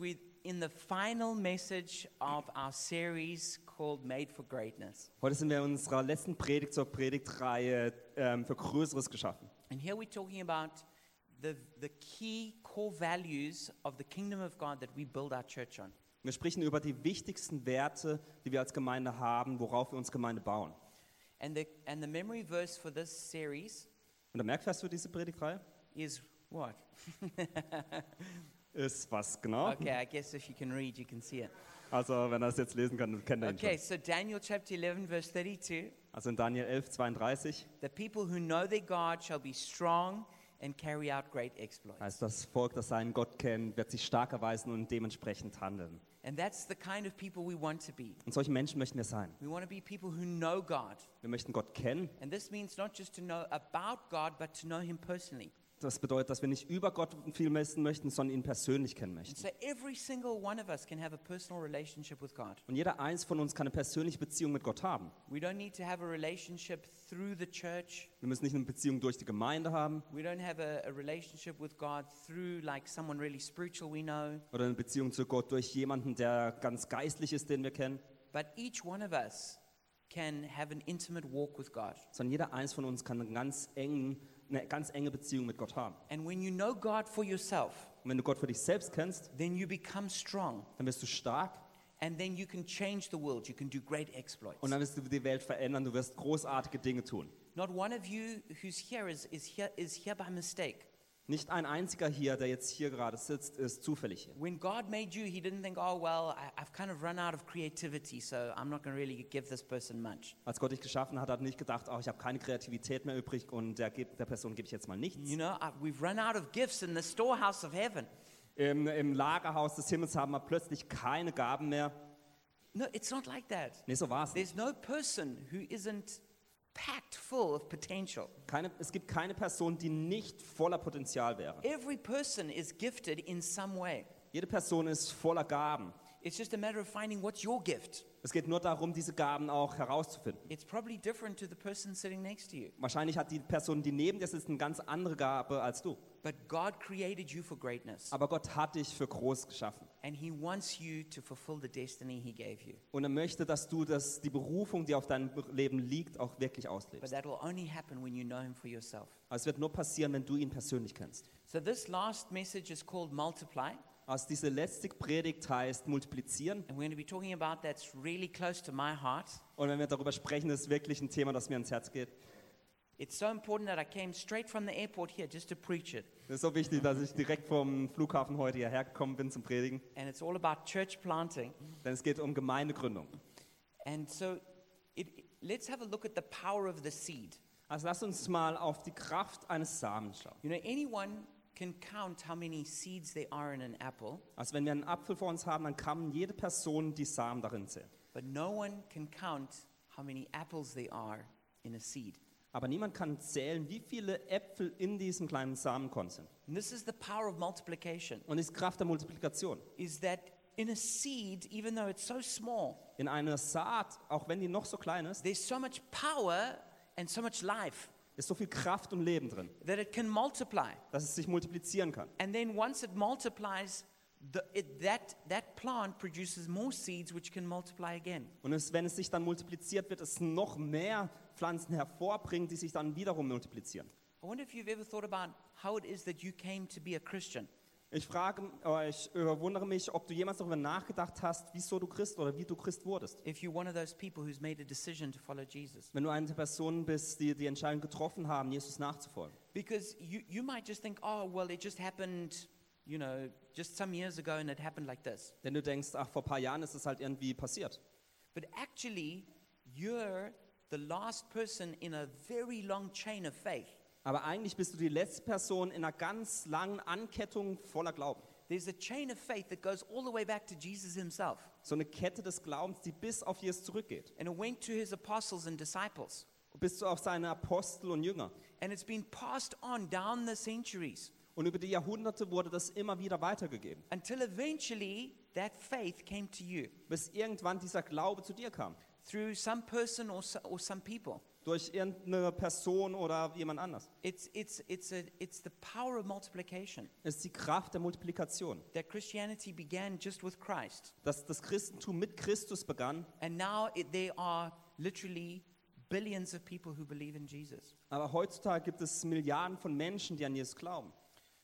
we in the final message of our series called Made for Greatness. Heute sind wir in unserer letzten Predigt zur Predigtreihe ähm, für Größeres geschaffen. And here we're talking about the, the key core values of the kingdom of God that we build our church on. Wir sprechen über die wichtigsten Werte, die wir als Gemeinde haben, worauf wir uns Gemeinde bauen. And the, and the memory verse for this series Und der Merkvers für diese Predigtreihe is what? ist was genau? Okay, I guess if you can read, you can see it. Also wenn er es jetzt lesen kann, dann kennt er ihn Okay, so schon. Daniel chapter 11, verse 32. Also in Daniel 11, 32 The people who know their God shall be strong and carry out great exploits. heißt das Volk, das seinen Gott kennt, wird sich stark erweisen und dementsprechend handeln. And that's the kind of people we want to be. Und solche Menschen möchten wir sein. We want to be people who know God. Wir möchten Gott kennen. And this means not just to know about God, but to know Him personally. Das bedeutet, dass wir nicht über Gott viel wissen möchten, sondern ihn persönlich kennen And möchten. so every single one of us can have a personal relationship with God. Und jeder eins von uns kann eine persönliche Beziehung mit Gott haben. We don't need to have a relationship through the church. Wir müssen nicht eine Beziehung durch die Gemeinde haben We don't have a, a relationship with God through like someone really spiritual we know. oder eine Beziehung zu Gott durch jemanden, der ganz geistlich ist, den wir kennen, But each one of us can have an intimate walk with God. sondern jeder eins von uns kann einen ganz engen, eine ganz enge Beziehung mit Gott haben. And when you know God for yourself, Und wenn du Gott für dich selbst kennst, then you become strong dann wirst du stark and then you can change the world you can do great exploits und dann wirst du die Welt verändern, du wirst großartige Dinge tun. not one of you who's here is, is here is here by mistake Nicht ein einziger hier, der jetzt hier gerade sitzt, ist zufällig hier. when god made you he didn't think oh well I, i've kind of run out of creativity so i'm not going to really give this person much Als Gott dich geschaffen hat, hat er nicht gedacht, oh, ich habe keine Kreativität mehr übrig und der, geb- der Person gebe ich jetzt mal nichts. you know I, we've run out of gifts in the storehouse of heaven Im, Im Lagerhaus des Himmels haben wir plötzlich keine Gaben mehr. no it's not like that Nee, so war es there's nicht. no person who isn't packed full of potential Keine, es gibt keine Person, die nicht voller Potenzial wäre. every person is gifted in some way Jede Person ist voller Gaben. it's just a matter of finding what's your gift Es geht nur darum, diese Gaben auch herauszufinden. It's probably different to the person sitting next to you. Wahrscheinlich hat die Person, die neben dir sitzt, eine ganz andere Gabe als du. But God created you for greatness, Aber Gott hat dich für groß geschaffen. and He wants you to fulfill the destiny He gave you. Und er möchte, dass du das, die Berufung, die auf deinem Leben liegt, auch wirklich But auslebst. that will only happen when you know Him for yourself. Aber es wird nur passieren, wenn du ihn persönlich kennst. So, this last message is called Multiply, Also diese letzte Predigt heißt multiplizieren. and we're going to be talking about that's really close to my heart. Und wenn wir darüber sprechen, ist wirklich ein Thema, das mir ans Herz geht. It's so important that I came straight from the airport here just to preach it. Es ist so wichtig, dass ich direkt vom Flughafen heute hierher gekommen bin zum Predigen. And it's all about church planting. Denn es geht um Gemeindegründung. And so, it, let's have a look at the power of the seed. Also lass uns mal auf die Kraft eines Samens schauen. You know, anyone can count how many seeds there are in an apple. Also wenn wir einen Apfel vor uns haben, dann kann jede Person die Samen darin zählen. But no one can count how many apples there are in a seed. Aber niemand kann zählen, wie viele Äpfel in diesem kleinen Samenkorn sind. And this is the power of multiplication, Und das ist Kraft der Multiplikation. is that in a seed, even though it's so small, In einer Saat, auch wenn die noch so klein ist, there's so much power and so much life ist so viel Kraft und Leben drin, that it can multiply. dass es sich multiplizieren kann. And then once it multiplies, the, it, that, that plant produces more seeds which can multiply again. Und es, wenn es sich dann multipliziert, wird es noch mehr Pflanzen hervorbringen, die sich dann wiederum multiplizieren. I wonder if you've ever thought about how it is that you came to be a Christian. Ich frage euch, überwundere mich, ob du jemals darüber nachgedacht hast, wieso du Christ oder wie du Christ wurdest. If you're one of those people who's made a decision to follow Jesus. Wenn du eine der Personen bist, die die Entscheidung getroffen haben, Jesus nachzufolgen. Because you, you might just think, oh, well, it just happened, you know, just some years ago and it happened like this. Denn du denkst, ach, vor ein paar Jahren ist es halt irgendwie passiert. But actually, you're the last person in a very long chain of faith. Aber eigentlich bist du die letzte Person in einer ganz langen Ankettung voller Glauben. There's a chain of faith that goes all the way back to Jesus himself. So eine Kette des Glaubens, die bis auf Jesus zurückgeht. And it went to his apostles and disciples. Bis zu auf seine Apostel und Jünger. And it's been passed on down the centuries Und über die Jahrhunderte wurde das immer wieder weitergegeben. until eventually that faith came to you Bis irgendwann dieser Glaube zu dir kam. through some person or, so, or some people. Durch irgendeine Person oder jemand anders. It's, it's, it's, a, it's the power of multiplication Es ist die Kraft der Multiplikation. that Christianity began just with Christ. Dass das Christentum mit Christus begann, And now it, there are literally billions of people who believe in Jesus. aber heutzutage gibt es Milliarden von Menschen, die an Jesus glauben.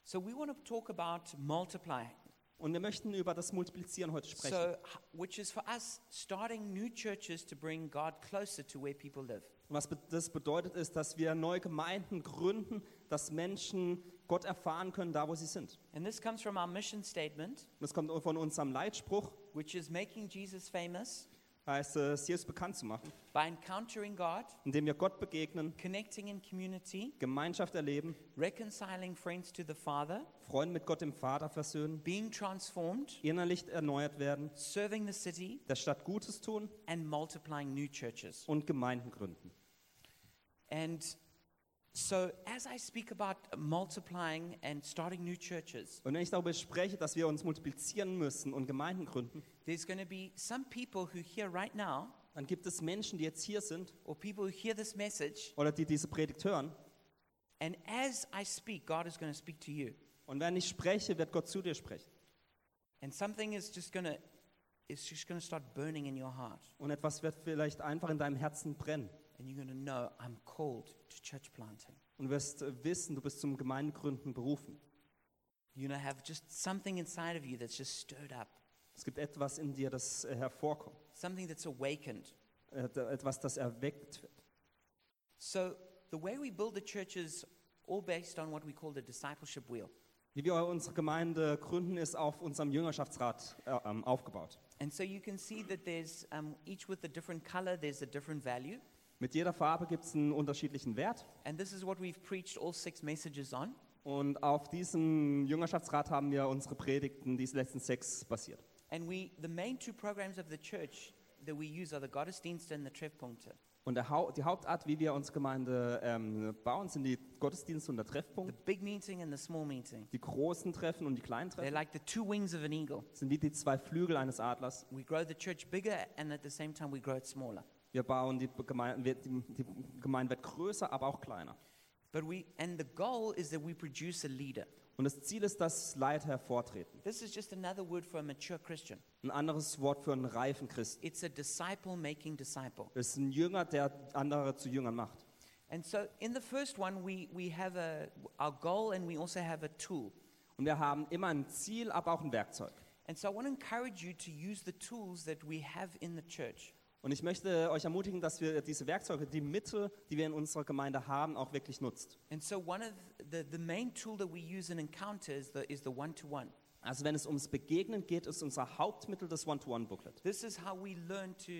So we want to talk about multiplying. Und wir möchten über das Multiplizieren heute sprechen. So, h- which is for us starting new churches to bring God closer to where people live. Und Was be- das bedeutet ist, dass wir neue Gemeinden gründen, dass Menschen Gott erfahren können, da wo sie sind. And this comes from our mission statement, Und Das kommt von unserem Leitspruch, which is making Jesus famous heißt es, Jesus bekannt zu machen, by encountering God, indem wir Gott begegnen, connecting in community, Gemeinschaft erleben, reconciling friends to the Father, Freunde mit Gott dem Vater versöhnen, being transformed, innerlich erneuert werden, serving the city, der Stadt Gutes tun and multiplying new churches. und Gemeinden gründen. And so, as I speak about multiplying and starting new churches, Und wenn ich darüber spreche, dass wir uns multiplizieren müssen und Gemeinden gründen, there's going to be some people who hear right now, dann gibt es Menschen, die jetzt hier sind or people who hear this message, oder die diese Predigt hören. and as I speak, God is going to speak to you. Und wenn ich spreche, wird Gott zu dir sprechen. And something is just going to is just going to start burning in your heart, Und etwas wird vielleicht einfach in deinem Herzen brennen. and you're going to know I'm called to church planting. und wirst äh, wissen, du bist zum Gemeindegründen berufen. You're going to have just something inside of you that's just stirred up, Es gibt etwas in dir, das äh, hervorkommt, something that's awakened. äh, da- etwas, das erweckt wird. So the way we build the church is all based on what we call the discipleship wheel. Wie wir unsere Gemeinde gründen, ist auf unserem Jüngerschaftsrat äh, ähm, aufgebaut. And so you can see that there's um, each with a different color, there's a different value. Mit jeder Farbe gibt es einen unterschiedlichen Wert. And this is what we've preached all six messages on. Und auf diesem Jüngerschaftsrat haben wir unsere Predigten, diese letzten sechs, basiert. And we, the main two programs of the church that we use are the Gottesdienste and the Treffpunkte. Und der Hau die Hauptart, wie wir unsere Gemeinde ähm, bauen, sind die Gottesdienste und der The Treffpunkt. big meeting and the small meeting. Die großen Treffen und die kleinen They're Treffen like the two wings of an eagle. sind wie die zwei Flügel eines Adlers. We grow the church bigger, and at the same time, we grow it smaller. Wir bauen die Gemeinde, die, die Gemeinde wird größer, aber auch kleiner. But we, and the goal is that we produce a leader. Und das Ziel ist, dass Leiter hervortreten. This is just another word for a mature Christian. Ein anderes Wort für einen reifen Christen. It's a disciple making disciple. Es ist ein Jünger, der andere zu Jüngern macht. And so in the first one, we, we have a, our goal and we also have a tool. Und wir haben immer ein Ziel, aber auch ein Werkzeug. And so I want to encourage you to use the tools that we have in the church. Und ich möchte euch ermutigen, dass wir diese Werkzeuge, die Mittel, die wir in unserer Gemeinde haben, auch wirklich nutzt. And so one of the, the main tool that we use in Encounter is the, is the one-to-one. Also wenn es ums Begegnen geht, ist unser Hauptmittel das One-to-One-Booklet. This is how we learn to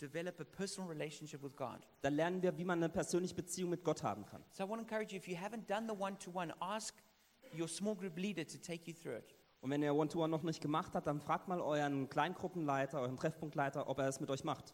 develop a personal relationship with God. Da lernen wir, wie man eine persönliche Beziehung mit Gott haben kann. So I want to encourage you, if you haven't done the one-to-one, ask your small group leader to take you through it. Und wenn ihr One-to-One noch nicht gemacht habt, dann fragt mal euren Kleingruppenleiter, euren Treffpunktleiter, ob er es mit euch macht.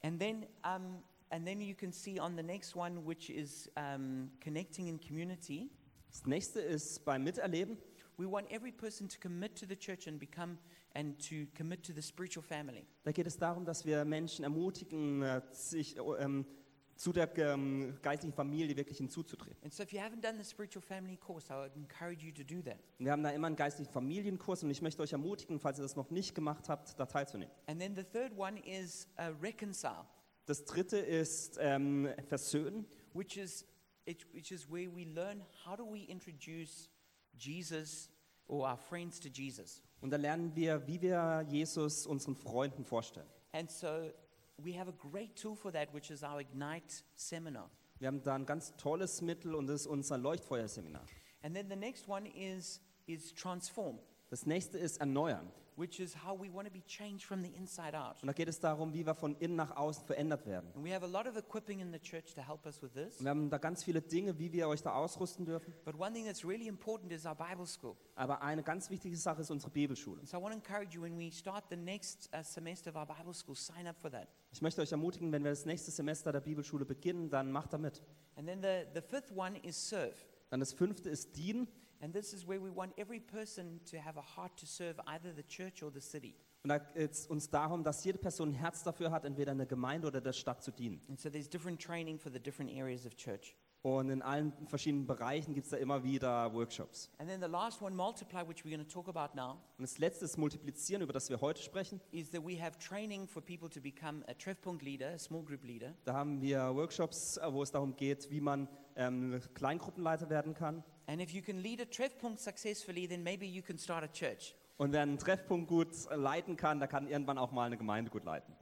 And then, um, and then you can see on the next one, which is um, connecting in community. Das nächste ist beim Miterleben. We want every person to commit to the church and become and to commit to the spiritual family. Da geht es darum, dass wir Menschen ermutigen, äh, sich äh, ähm, zu der ähm, geistlichen Familie wirklich hinzuzutreten. And so, if you haven't done the spiritual family course, I would encourage you to do that. Und wir haben da immer einen geistlichen Familienkurs und ich möchte euch ermutigen, falls ihr das noch nicht gemacht habt, da teilzunehmen. And then the third one is uh, reconcile, Das dritte ist ähm, Versöhnen. which is it, which is where we learn how do we introduce Jesus or our friends to Jesus. Und da lernen wir, wie wir Jesus unseren Freunden vorstellen. And so, we have a great tool for that, which is our Ignite seminar. Wir haben da ein ganz tolles Mittel und das ist unser Leuchtfeuerseminar. And then the next one is is transform, Das nächste ist Erneuern. which is how we want to be changed from the inside out. Und da geht es darum, wie wir von innen nach außen verändert werden. And we have a lot of equipping in the church to help us with this. Und wir haben da ganz viele Dinge, wie wir euch da ausrüsten dürfen. But one thing that's really important is our Bible school. Aber eine ganz wichtige Sache ist unsere Bibelschule. And so I want to encourage you when we start the next uh, semester of our Bible school, sign up for that. Ich möchte euch ermutigen, wenn wir das nächste Semester der Bibelschule beginnen, dann macht da mit. And then the, the fifth one is serve. Dann das fünfte ist Dienen. And this is where we want every person to have a heart to serve either the church or the city. Und da geht es uns darum, dass jede Person ein Herz dafür hat, entweder in der Gemeinde oder der Stadt zu dienen. And so there's different training for the different areas of church. Und in allen verschiedenen Bereichen gibt es da immer wieder Workshops. And then the last one, multiply, which we're going to talk about now, Und das letzte ist Multiplizieren, über das wir heute sprechen. is that we have training for people to become a Treffpunkt leader, a small group leader, Da haben wir Workshops, äh, wo es darum geht, wie man ähm, Kleingruppenleiter werden kann. And if you can lead a Treffpunkt successfully, then maybe you can start a church. Und wer einen Treffpunkt gut äh, leiten kann, der kann irgendwann auch mal eine Gemeinde gut leiten.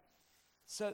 So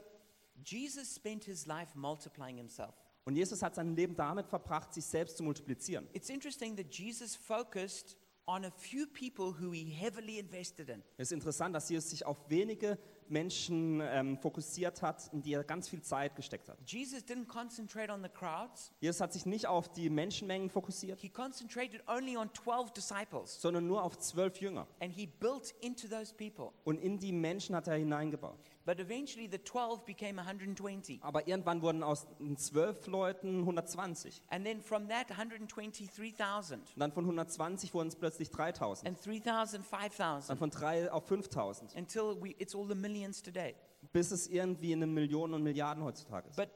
Jesus spent his life multiplying himself. Und Jesus hat sein Leben damit verbracht, sich selbst zu multiplizieren. It's interesting that Jesus focused on a few people who he heavily invested in. Es ist interessant, dass Jesus sich auf wenige Menschen ähm, fokussiert hat, in die er ganz viel Zeit gesteckt hat. Jesus didn't concentrate on the crowds, Jesus hat sich nicht auf die Menschenmengen fokussiert, he concentrated only on 12 disciples. sondern nur auf zwölf Jünger. And he built into those people. Und in die Menschen hat er hineingebaut. But eventually the 12 became 120. Aber irgendwann wurden aus den zwölf Leuten 120. And then from that, 123,000. Und dann von 120 wurden es plötzlich 3000. And 3,000, Dann 5,000. von 3 auf 5000. Until we, it's all the millions today. Bis es irgendwie in den Millionen und Milliarden heutzutage ist. But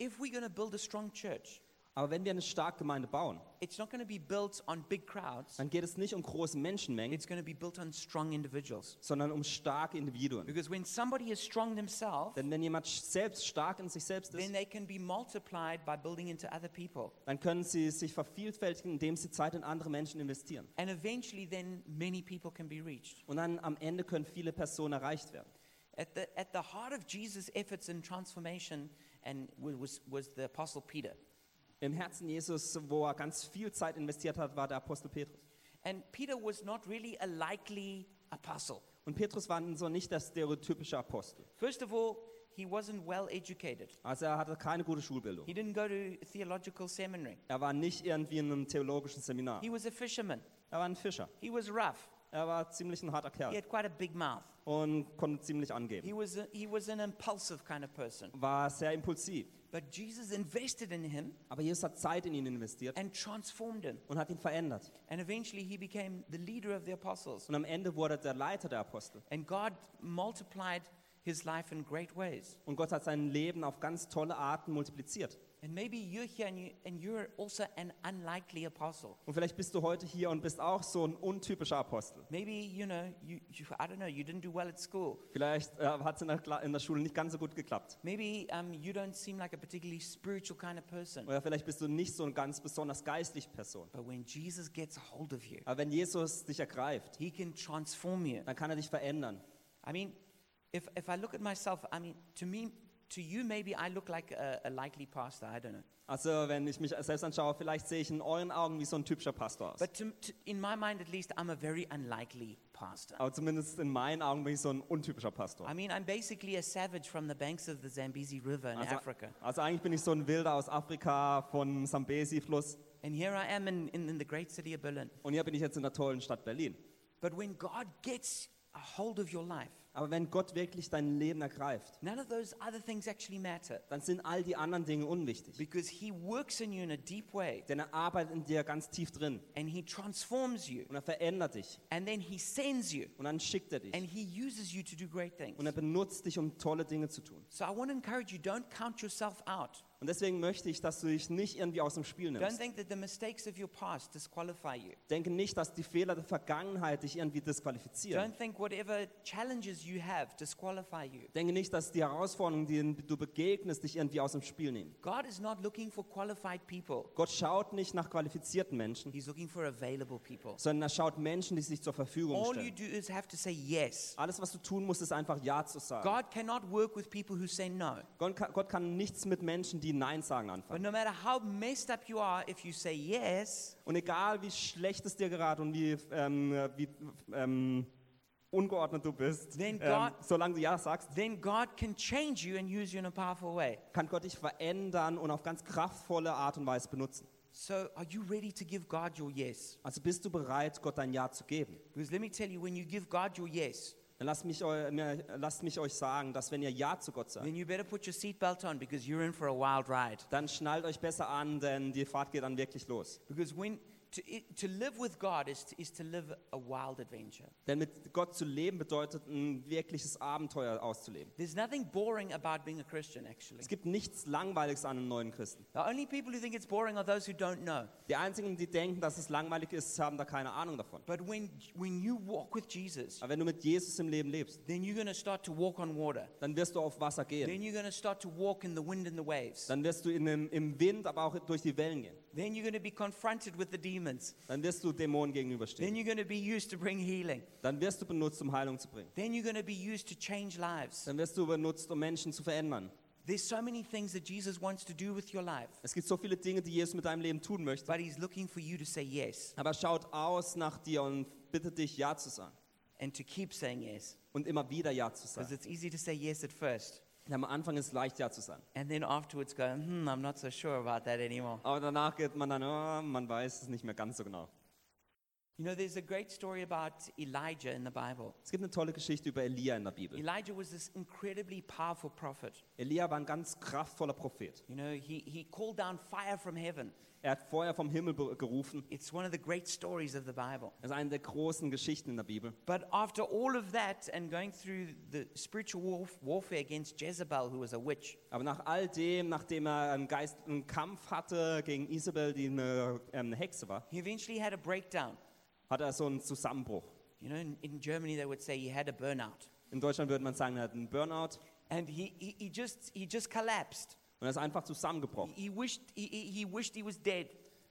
if we're going to build a strong church, Aber wenn wir eine starke Gemeinde bauen, it's not going to be built on big crowds. dann geht es nicht um große Menschenmengen, It's going to be built on strong individuals. sondern um starke Individuen. Because when somebody is strong themselves, Denn wenn jemand sch- selbst stark in sich selbst then ist, they can be multiplied by building into other people. dann können sie sich vervielfältigen, indem sie Zeit in andere Menschen investieren. And eventually, then many people can be reached. Und dann am Ende können viele Personen erreicht werden. At the, at the heart of Jesus' efforts in transformation and wa- was, was the Apostle Peter. Im Herzen Jesus, wo er ganz viel Zeit investiert hat, war der Apostel Petrus. And Peter was not really a likely apostle. Und Petrus war so nicht der stereotypische Apostel. First of all, he wasn't well educated, Also er hatte keine gute Schulbildung. he didn't go to theological seminary, Er war nicht irgendwie in einem theologischen Seminar. he was a fisherman. Er war ein Fischer. He was rough. Er war ziemlich ein harter He Kerl had quite a big mouth. und konnte ziemlich He angeben. was, a, he was an impulsive kind of person. War sehr impulsiv. But Jesus invested in him Aber Jesus hat Zeit in ihn investiert and transformed him. und hat ihn verändert. And eventually he became the leader of the apostles. Und am Ende wurde er der Leiter der Apostel. And God multiplied his life in great ways. Und Gott hat sein Leben auf ganz tolle Arten multipliziert. And maybe you're here and, you, and you're also an unlikely apostle. Und vielleicht bist du heute hier und bist auch so ein untypischer Apostel. Maybe, you know, you, you, I don't know, you didn't do well at school. Vielleicht äh, hat es in, der Kla- in der Schule nicht ganz so gut geklappt. Maybe um, you don't seem like a particularly spiritual kind of person. Oder vielleicht bist du nicht so eine ganz besonders geistliche Person. But when Jesus gets a hold of you, Aber wenn Jesus dich ergreift, he can transform you. dann kann er dich verändern. I mean, if, if I look at myself, I mean, to me, to you, maybe I look like a, a likely pastor. I don't know. Also wenn ich mich selbst anschaue, vielleicht sehe ich in euren Augen wie so ein typischer Pastor aus. But to, to, in my mind, at least, I'm a very unlikely pastor. Aber zumindest in meinen Augen bin ich so ein untypischer Pastor. I mean, I'm basically a savage from the banks of the Zambezi River in Also, Africa. also eigentlich bin ich so ein Wilder aus Afrika vom Sambesi-Fluss. And here I am in, in, in the great city of Berlin. Und hier bin ich jetzt in der tollen Stadt Berlin. But when God gets a hold of your life, Aber wenn Gott wirklich dein Leben ergreift, none of those other things actually matter dann sind all die anderen Dinge unwichtig. because He works in you in a deep way Denn er arbeitet in dir ganz tief drin and He transforms you und er verändert dich and then He sends you und dann schickt er and dich He uses you to do great things. und er benutzt dich, um tolle Dinge zu tun. So I want to encourage you don't count yourself out. Und deswegen möchte ich, dass du dich nicht irgendwie aus dem Spiel Don't nimmst. think that the mistakes of your past disqualify you. Denke nicht, dass die Fehler der Vergangenheit dich irgendwie disqualifizieren. Don't think whatever challenges you have disqualify you. Denke nicht, dass die Herausforderungen, denen du begegnest, dich irgendwie aus dem Spiel nehmen. God is not looking for qualified people. Gott schaut nicht nach qualifizierten Menschen, He's looking for available people. sondern er schaut Menschen, die sich zur Verfügung All you stellen. do is have to say yes. Alles, was du tun musst, ist einfach Ja zu sagen. God cannot work with people who say no. Gott kann, Gott kann nichts mit Menschen, die Nein sagen, anfangen. But no matter how messed up you are, if you say yes, Und egal wie schlecht es dir gerade und wie, ähm, äh, wie ähm, ungeordnet du bist, Then ähm, God- solange du Ja sagst, then God can change you and use you in a powerful way. kann Gott dich verändern und auf ganz kraftvolle Art und Weise benutzen. So are you ready to give God your yes? Also bist du bereit, Gott dein Ja zu geben? Because let me tell you, when you give God your yes, Dann lasst mich, eu mir, lasst mich euch sagen, dass wenn ihr Ja zu Gott sagt, Then you better put your seatbelt on because you're in for a wild ride. dann schnallt euch besser an, denn die Fahrt geht dann wirklich los. Because when to, it, to live with God is to, is to live a wild adventure. Denn mit Gott zu leben bedeutet, ein wirkliches Abenteuer auszuleben. There's nothing boring about being a Christian, actually. Es gibt nichts Langweiliges an einem neuen Christen. The only people who think it's boring are those who don't know. Die Einzigen, die denken, dass es langweilig ist, haben da keine Ahnung davon. But when, when you walk with Jesus, Aber wenn du mit Jesus im Leben lebst, then you're going to start to walk on water. dann wirst du auf Wasser gehen. Then you're going to start to walk in the wind and the waves. Dann wirst du in dem, im Wind, aber auch durch die Wellen gehen. Then you're going to be confronted with the demons. Dann wirst du Dämonen Then gegenüberstehen. you're going to be used to bring healing. Dann wirst du benutzt, um Heilung zu bringen. Then you're going to be used to change lives. Dann wirst du benutzt, um Menschen zu verändern. There's so many things that Jesus wants to do with your life, Es gibt so viele Dinge, die Jesus mit deinem Leben tun möchte. but he's looking for you to say yes Aber er schaut aus nach dir und bittet dich, Ja zu sagen. and to keep saying yes. Und immer wieder Ja zu Because sagen. it's easy to say yes at first, Und am Anfang ist es leicht, Ja zu sagen. and then afterwards go, hmm, I'm not so sure about that anymore. Aber danach geht man dann, oh, man weiß es nicht mehr ganz so genau. You know, there's a great story about Elijah in the Bible. Es gibt eine tolle Geschichte über Elia in der Bibel. Elijah was this incredibly powerful prophet. Elia war ein ganz kraftvoller Prophet. You know, he, he called down fire from heaven. Er hat Feuer vom Himmel be- gerufen. It's one of the great stories of the Bible. Das ist eine der großen Geschichten in der Bibel. But after all of that and going through the spiritual warf- warfare against Jezebel, who was a witch, Aber nach all dem, nachdem er einen, Geist, einen Kampf hatte gegen Isabel, die eine, ähm, eine Hexe war, he eventually had a breakdown. hatte er so einen Zusammenbruch. You know, in, in Germany, they would say he had a burnout. In Deutschland würde man sagen, er hat einen Burnout And he, he, he, just, he just collapsed. und er ist einfach He, zusammengebrochen. he, wished, he, he he wished he was dead.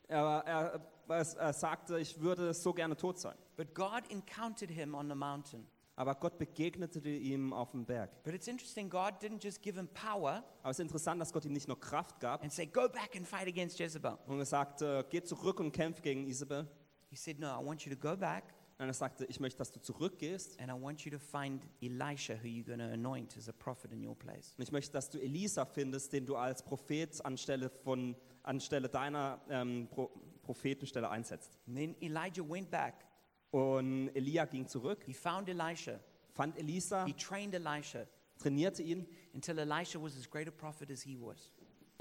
Er, er, er, er sagte, ich würde so gerne tot sein. But God encountered him on the mountain. Aber Gott begegnete ihm auf dem Berg. But it's interesting, God didn't just give him power Aber es ist interessant, dass Gott ihm nicht nur Kraft gab and say, Go back and fight against Jezebel. und er sagte, geh zurück und kämpf gegen Isabel. He said, No, I want you to go back Und er sagte, ich möchte, dass du zurückgehst and I want you to find Elisha, who you're going to anoint as a prophet in your place. und ich möchte, dass du Elisa findest, den du als Prophet anstelle, von, anstelle deiner ähm, Pro Prophetenstelle einsetzt. And then Elijah went back. Und Elia ging zurück, He found Elisha. fand Elisa, He trained Elisha trainierte ihn until Elisha was as great a prophet as he was.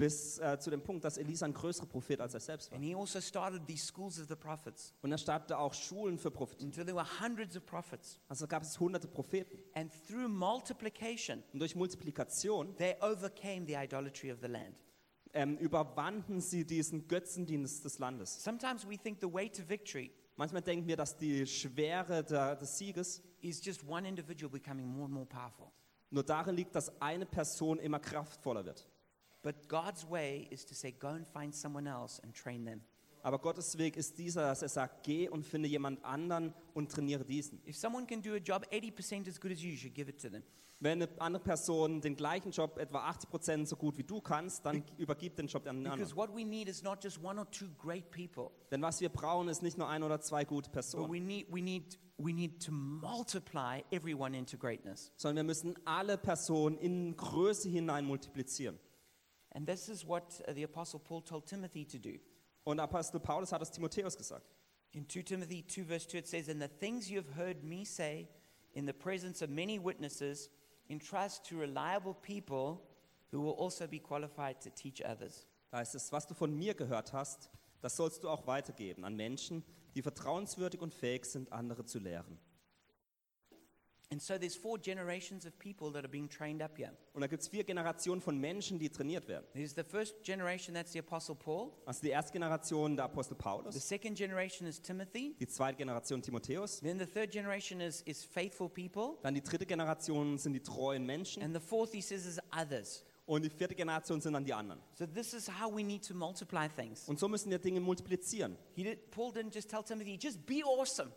bis äh, zu dem Punkt, dass Elisa ein größerer Prophet als er selbst war. And he also started these schools of the prophets Und er startete auch Schulen für Propheten. until there were hundreds of prophets. Also gab es hunderte Propheten. And through multiplication, Und durch Multiplikation they overcame the idolatry of the land. ähm, überwanden sie diesen Götzendienst des Landes. Sometimes we think the way to victory Manchmal denken wir, dass die Schwere der, des Sieges is just one individual becoming more and more powerful. nur darin liegt, dass eine Person immer kraftvoller wird. But God's way is to say, go and find someone else and train them. Aber Gottes Weg ist dieser, dass er sagt, geh und finde jemand anderen und trainiere diesen. If someone can do a job 80% as good as you, you should give it to them. Wenn eine andere Person den gleichen Job etwa 80% so gut wie du kannst, dann übergib den Job an einen Because anderen. what we need is not just one or two great people, Denn was wir brauchen, ist nicht nur ein oder zwei gute but Personen, we need, we need, we need to multiply everyone into greatness. sondern wir müssen alle Personen in Größe hinein multiplizieren. And this is what uh, the Apostle Paul told Timothy to do. Und Apostel Paulus hat es Timotheus gesagt. In 2 Timothy 2, verse 2, it says, And the things you have heard me say in the presence of many witnesses, entrust to reliable people who will also be qualified to teach others. Da heißt es, was du von mir gehört hast, das sollst du auch weitergeben an Menschen, die vertrauenswürdig und fähig sind, andere zu lehren. And so there's four generations of people that are being trained up here. Und da gibt es vier Generationen von Menschen, die trainiert werden. There's the first generation, that's the Apostle Paul. Also die erste Generation der Apostel The Paulus, second generation is Timothy. die zweite Generation Timotheus, Then the third generation is, is faithful people. dann die dritte Generation sind die treuen Menschen And the fourth, he says, is others. und die vierte Generation sind dann die anderen. So this is how we need to multiply things. Und so müssen wir Dinge multiplizieren. He did, Paul didn't just tell Timothy, just be awesome.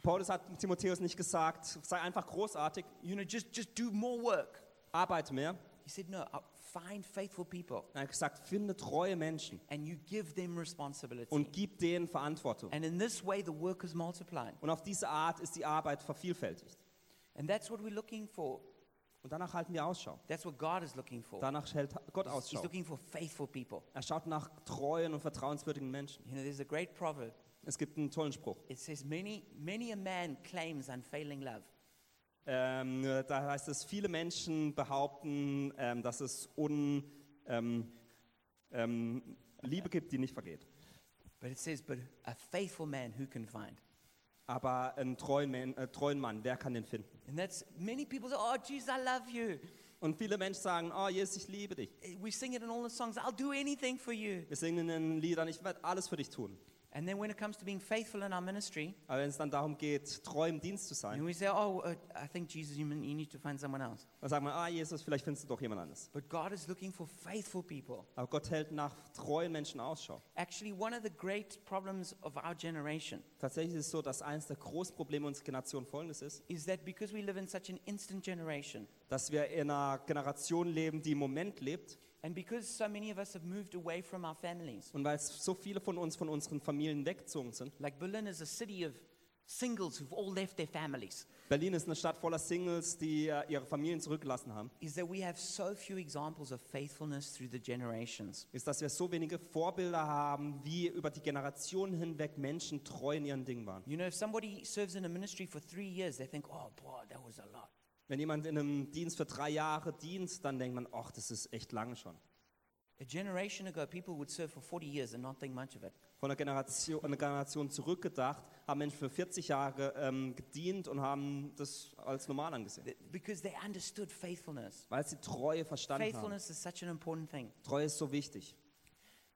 Paulus hat Timotheus nicht gesagt, sei einfach großartig, You know, just, just do more work. arbeite mehr. He said, no, uh, find faithful people Er hat gesagt, finde treue Menschen and you give them responsibility. und gib denen Verantwortung. and in this way, the work is multiplied. Und auf diese Art ist die Arbeit vervielfältigt. And that's what we're looking for. Und danach halten wir Ausschau. That's what God is looking for. Danach hält Gott He's- He's Ausschau. looking for faithful people. Er schaut nach treuen und vertrauenswürdigen Menschen. You know, there's a great proverb. Es gibt einen tollen Spruch. It says, many, many a man claims unfailing love, Ähm, äh, da heißt es, viele Menschen behaupten, ähm, dass es un, ähm, ähm, Liebe gibt, die nicht vergeht. But it says, But a faithful man who can find? Aber einen treuen, Man, äh, treuen Mann, wer kann den finden? And that's many people say, Oh, Jesus, I love you. Und viele Menschen sagen, oh Jesus, ich liebe dich. We sing it in all the songs. I'll do anything for you. Wir singen in den Liedern, ich werde alles für dich tun. And then when it comes to being faithful in our ministry, Aber wenn es dann darum geht, treu im Dienst zu and sein, we say, Oh, uh, I think Jesus, you mean- you need to find someone else. dann sagen wir, ah Jesus, vielleicht findest du doch jemand anderes. But God is looking for faithful people. Aber Gott hält nach treuen Menschen Ausschau. Actually, one of the great problems of our generation Tatsächlich ist es so, dass eines der großen Probleme unserer Generation folgendes ist, is that because we live in such an instant generation, dass wir in einer Generation leben, die im Moment lebt. and because so many of us have moved away from our families, Und weil es so viele von uns von unseren Familien weggezogen sind. like Berlin is a city of singles who've all left their families, Berlin ist eine Stadt voller Singles, die äh, ihre Familien zurückgelassen haben. is that we have so few examples of faithfulness through the generations. Ist, dass wir so wenige Vorbilder haben, wie über die Generationen hinweg Menschen treu in ihren Dingen waren. You know, if somebody serves in a ministry for three years, they think, oh, boy, that was a lot. Wenn jemand in einem Dienst für drei Jahre dient, dann denkt man, ach, das ist echt lange schon. A generation ago, people would serve for 40 years and not think much of it. Von einer Generation, einer Generation zurückgedacht, haben Menschen für 40 Jahre ähm, gedient und haben das als normal angesehen. Th- Because they understood faithfulness. Weil sie Treue verstanden haben. Faithfulness is such an important thing. Treue ist so wichtig.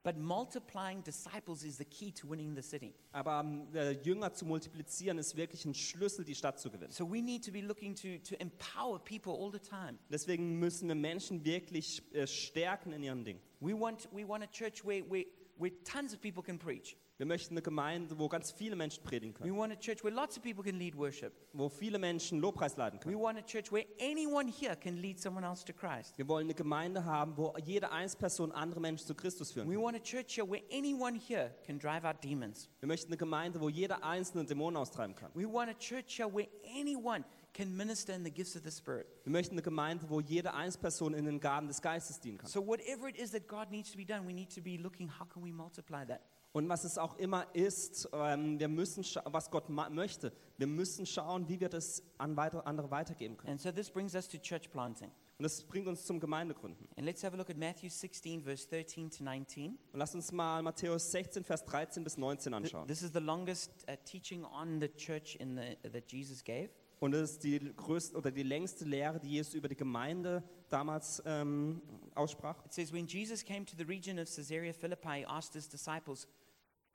But multiplying disciples is the key to winning the city. Aber ähm, äh, Jünger zu multiplizieren ist wirklich ein Schlüssel, die Stadt zu gewinnen. So we need to be looking to, to empower people all the time. Deswegen müssen wir Menschen wirklich äh, stärken in ihren Dingen. We want, we want a church where, where, where tons of people can preach. Wir möchten eine Gemeinde, wo ganz viele Menschen predigen We können, want a church where lots of people can lead worship. wo viele Menschen Lobpreis leiten We können. want a church where anyone here can lead someone else to Christ. Wir wollen eine Gemeinde haben, wo jede Einzelperson andere Menschen zu Christus führen We kann. want a church here where anyone here can drive out demons. Wir möchten eine Gemeinde, wo jeder einzelne Dämonen austreiben kann. We want a church here where anyone can minister in the gifts of the Spirit. Wir möchten eine Gemeinde, wo jede Einzelperson in den Gaben des Geistes dienen kann. So whatever it is that God needs to be done, we need to be looking how can we multiply that? Und was es auch immer ist, ähm, wir müssen, scha- was Gott ma- möchte, wir müssen schauen, wie wir das an weitere, andere weitergeben können. And so this brings us to church planting. Und das bringt uns zum Gemeindegründen. And let's have a look at Matthew 16, verse 13 to 19. Und lasst uns mal Matthäus 16, Vers 13 bis 19 Th- anschauen. This is the longest uh, teaching on the church in the, that Jesus gave. Und das ist die größte oder die längste Lehre, die Jesus über die Gemeinde damals ähm, aussprach. It says, When Jesus came to the region of Caesarea Philippi, he asked his disciples,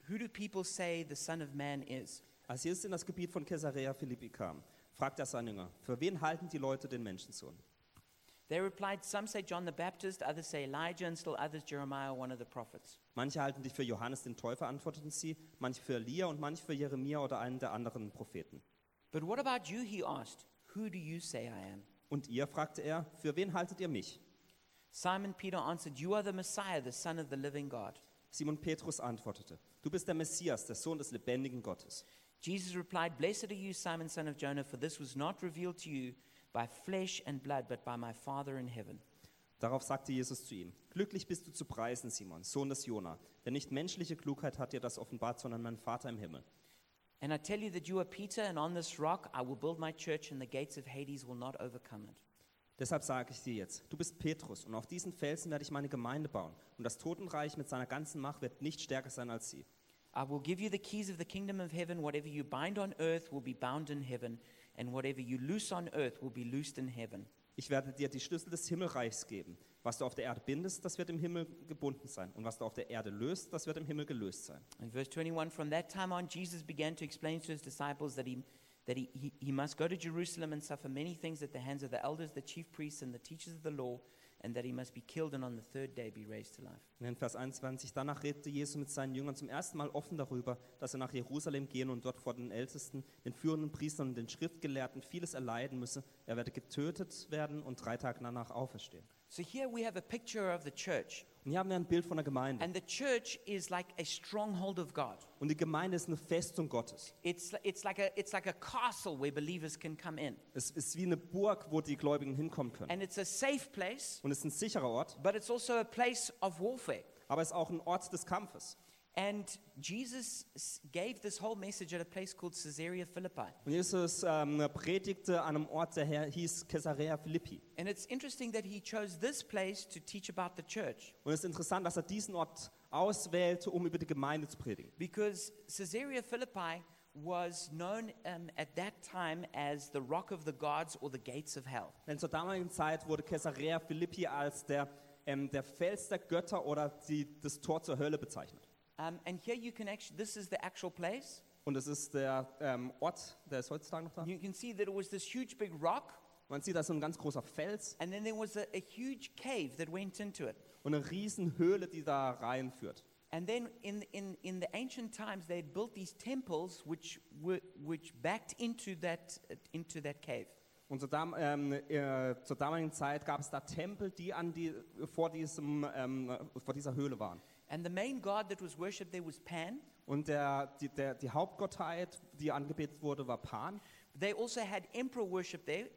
Who do people say the Son of Man is? Als Jesus in das Gebiet von Caesarea Philippi kam, fragte er seine Jünger, für wen halten die Leute den Menschensohn? They replied, Some say John the Baptist, others say Elijah, and still others Jeremiah, one of the prophets. Manche halten dich für Johannes den Täufer, antworteten sie, manche für Elia und manche für Jeremia oder einen der anderen Propheten. But what about you? He asked, Who do you say I am? Und ihr, fragte er, für wen haltet ihr mich? Simon Peter answered, You are the Messiah, the Son of the living God. Simon Petrus antwortete, du bist der Messias, der Sohn des lebendigen Gottes. Jesus replied, Blessed are you, Simon, son of Jonah, for this was not revealed to you by flesh and blood, but by my Father in heaven. Darauf sagte Jesus zu ihm, glücklich bist du zu preisen, Simon, Sohn des Jona, denn nicht menschliche Klugheit hat dir das offenbart, sondern mein Vater im Himmel. And I tell you that you are Peter, and on this rock I will build my church, and the gates of Hades will not overcome it. Deshalb sage ich dir jetzt, du bist Petrus und auf diesen Felsen werde ich meine Gemeinde bauen und das Totenreich mit seiner ganzen Macht wird nicht stärker sein als sie. I will give you the keys of the kingdom of heaven. Whatever you bind on earth will be bound in heaven, and whatever you loose on earth will be loosed in heaven. Ich werde dir die Schlüssel des Himmelreichs geben. Was du auf der Erde bindest, das wird im Himmel gebunden sein und was du auf der Erde löst, das wird im Himmel gelöst sein. In verse 21, from that time on, Jesus began to explain to his disciples that he that he, he, he must go to Jerusalem and suffer many things at the hands of the elders, the chief priests, and the teachers of the law, and that he must be killed and on the third day be raised to life. Und in Vers 21, danach redete Jesus mit seinen Jüngern zum ersten Mal offen darüber, dass er nach Jerusalem gehen und dort vor den Ältesten, den führenden Priestern und den Schriftgelehrten vieles erleiden müsse. Er werde getötet werden und drei Tage danach auferstehen. So here we have a picture of the church, Und hier haben wir ein Bild von der Gemeinde. and the church is like a stronghold of God. Und die Gemeinde ist eine Festung Gottes. It's, it's, like a, it's like a castle where believers can come in, Es ist wie eine Burg, wo die Gläubigen hinkommen können. and it's a safe place, Und es ist ein sicherer Ort, but it's also a place of warfare. aber es ist auch ein Ort des Kampfes. And Jesus s- gave this whole message at a place called Caesarea Philippi. Und Jesus ähm, predigte an einem Ort, der her- hieß Caesarea Philippi. And it's interesting that he chose this place to teach about the church. Und es ist interessant, dass er diesen Ort auswählte, um über die Gemeinde zu predigen. Because Caesarea Philippi was known um, at that time as the rock of the gods or the gates of hell. Denn zur damaligen Zeit wurde Caesarea Philippi als der, ähm, der Fels der Götter oder die, das Tor zur Hölle bezeichnet. Um, and here you can actually, this is the actual place. Und es ist der ähm, Ort, der ist heutzutage noch da. You can see that it was this huge big rock, Man sieht, da ist so ein ganz großer Fels and then there was a, a huge cave that went into it. und eine riesen Höhle, die da reinführt. And then in, in, in the ancient times, they had built these temples which, were, which backed into that, into that cave. Und zur, dam ähm, äh, zur damaligen Zeit gab es da Tempel, die, an die vor, diesem, ähm, äh, vor dieser Höhle waren. And the main god that was worshipped there was Pan. Und der, die, der, die Hauptgottheit, die angebetet wurde, war Pan. They also had emperor worship there,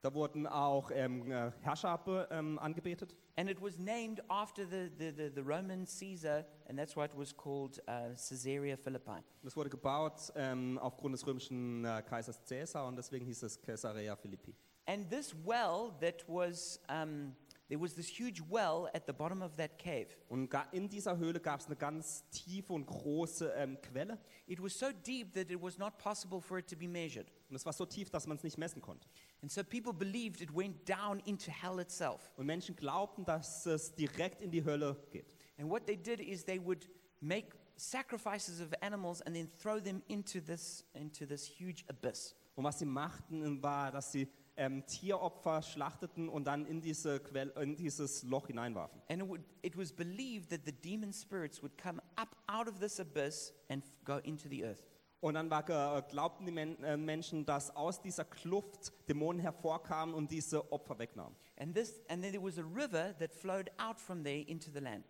Da wurden auch ähm, äh, Herrscher be- ähm, angebetet. and it was named after the, the, the, the Roman Caesar, and that's why it was called uh, Caesarea Philippi. Das wurde gebaut ähm, aufgrund des römischen äh, Kaisers Caesar und deswegen hieß es Caesarea Philippi. And this well that was, um, there was this huge well at the bottom of that cave. Und ga- in dieser Höhle gab es eine ganz tiefe und große ähm, Quelle. It was so deep that it was not possible for it to be measured. Und es war so tief, dass man es nicht messen konnte. And so people believed it went down into hell itself. Und Menschen glaubten, dass es direkt in die Hölle geht. And what they did is they would make sacrifices of animals and then throw them into this, into this huge abyss. Und was sie machten, war, dass sie ähm, Tieropfer schlachteten und dann in, diese Quelle, in dieses Loch hineinwarfen. And it, would, it was believed that the demon spirits would come up out of this abyss and f- go into the earth. Und dann war, ge- glaubten die Men äh, Menschen, dass aus dieser Kluft Dämonen hervorkamen und diese Opfer wegnahmen. And, this, and then there was a river that flowed out from there into the land.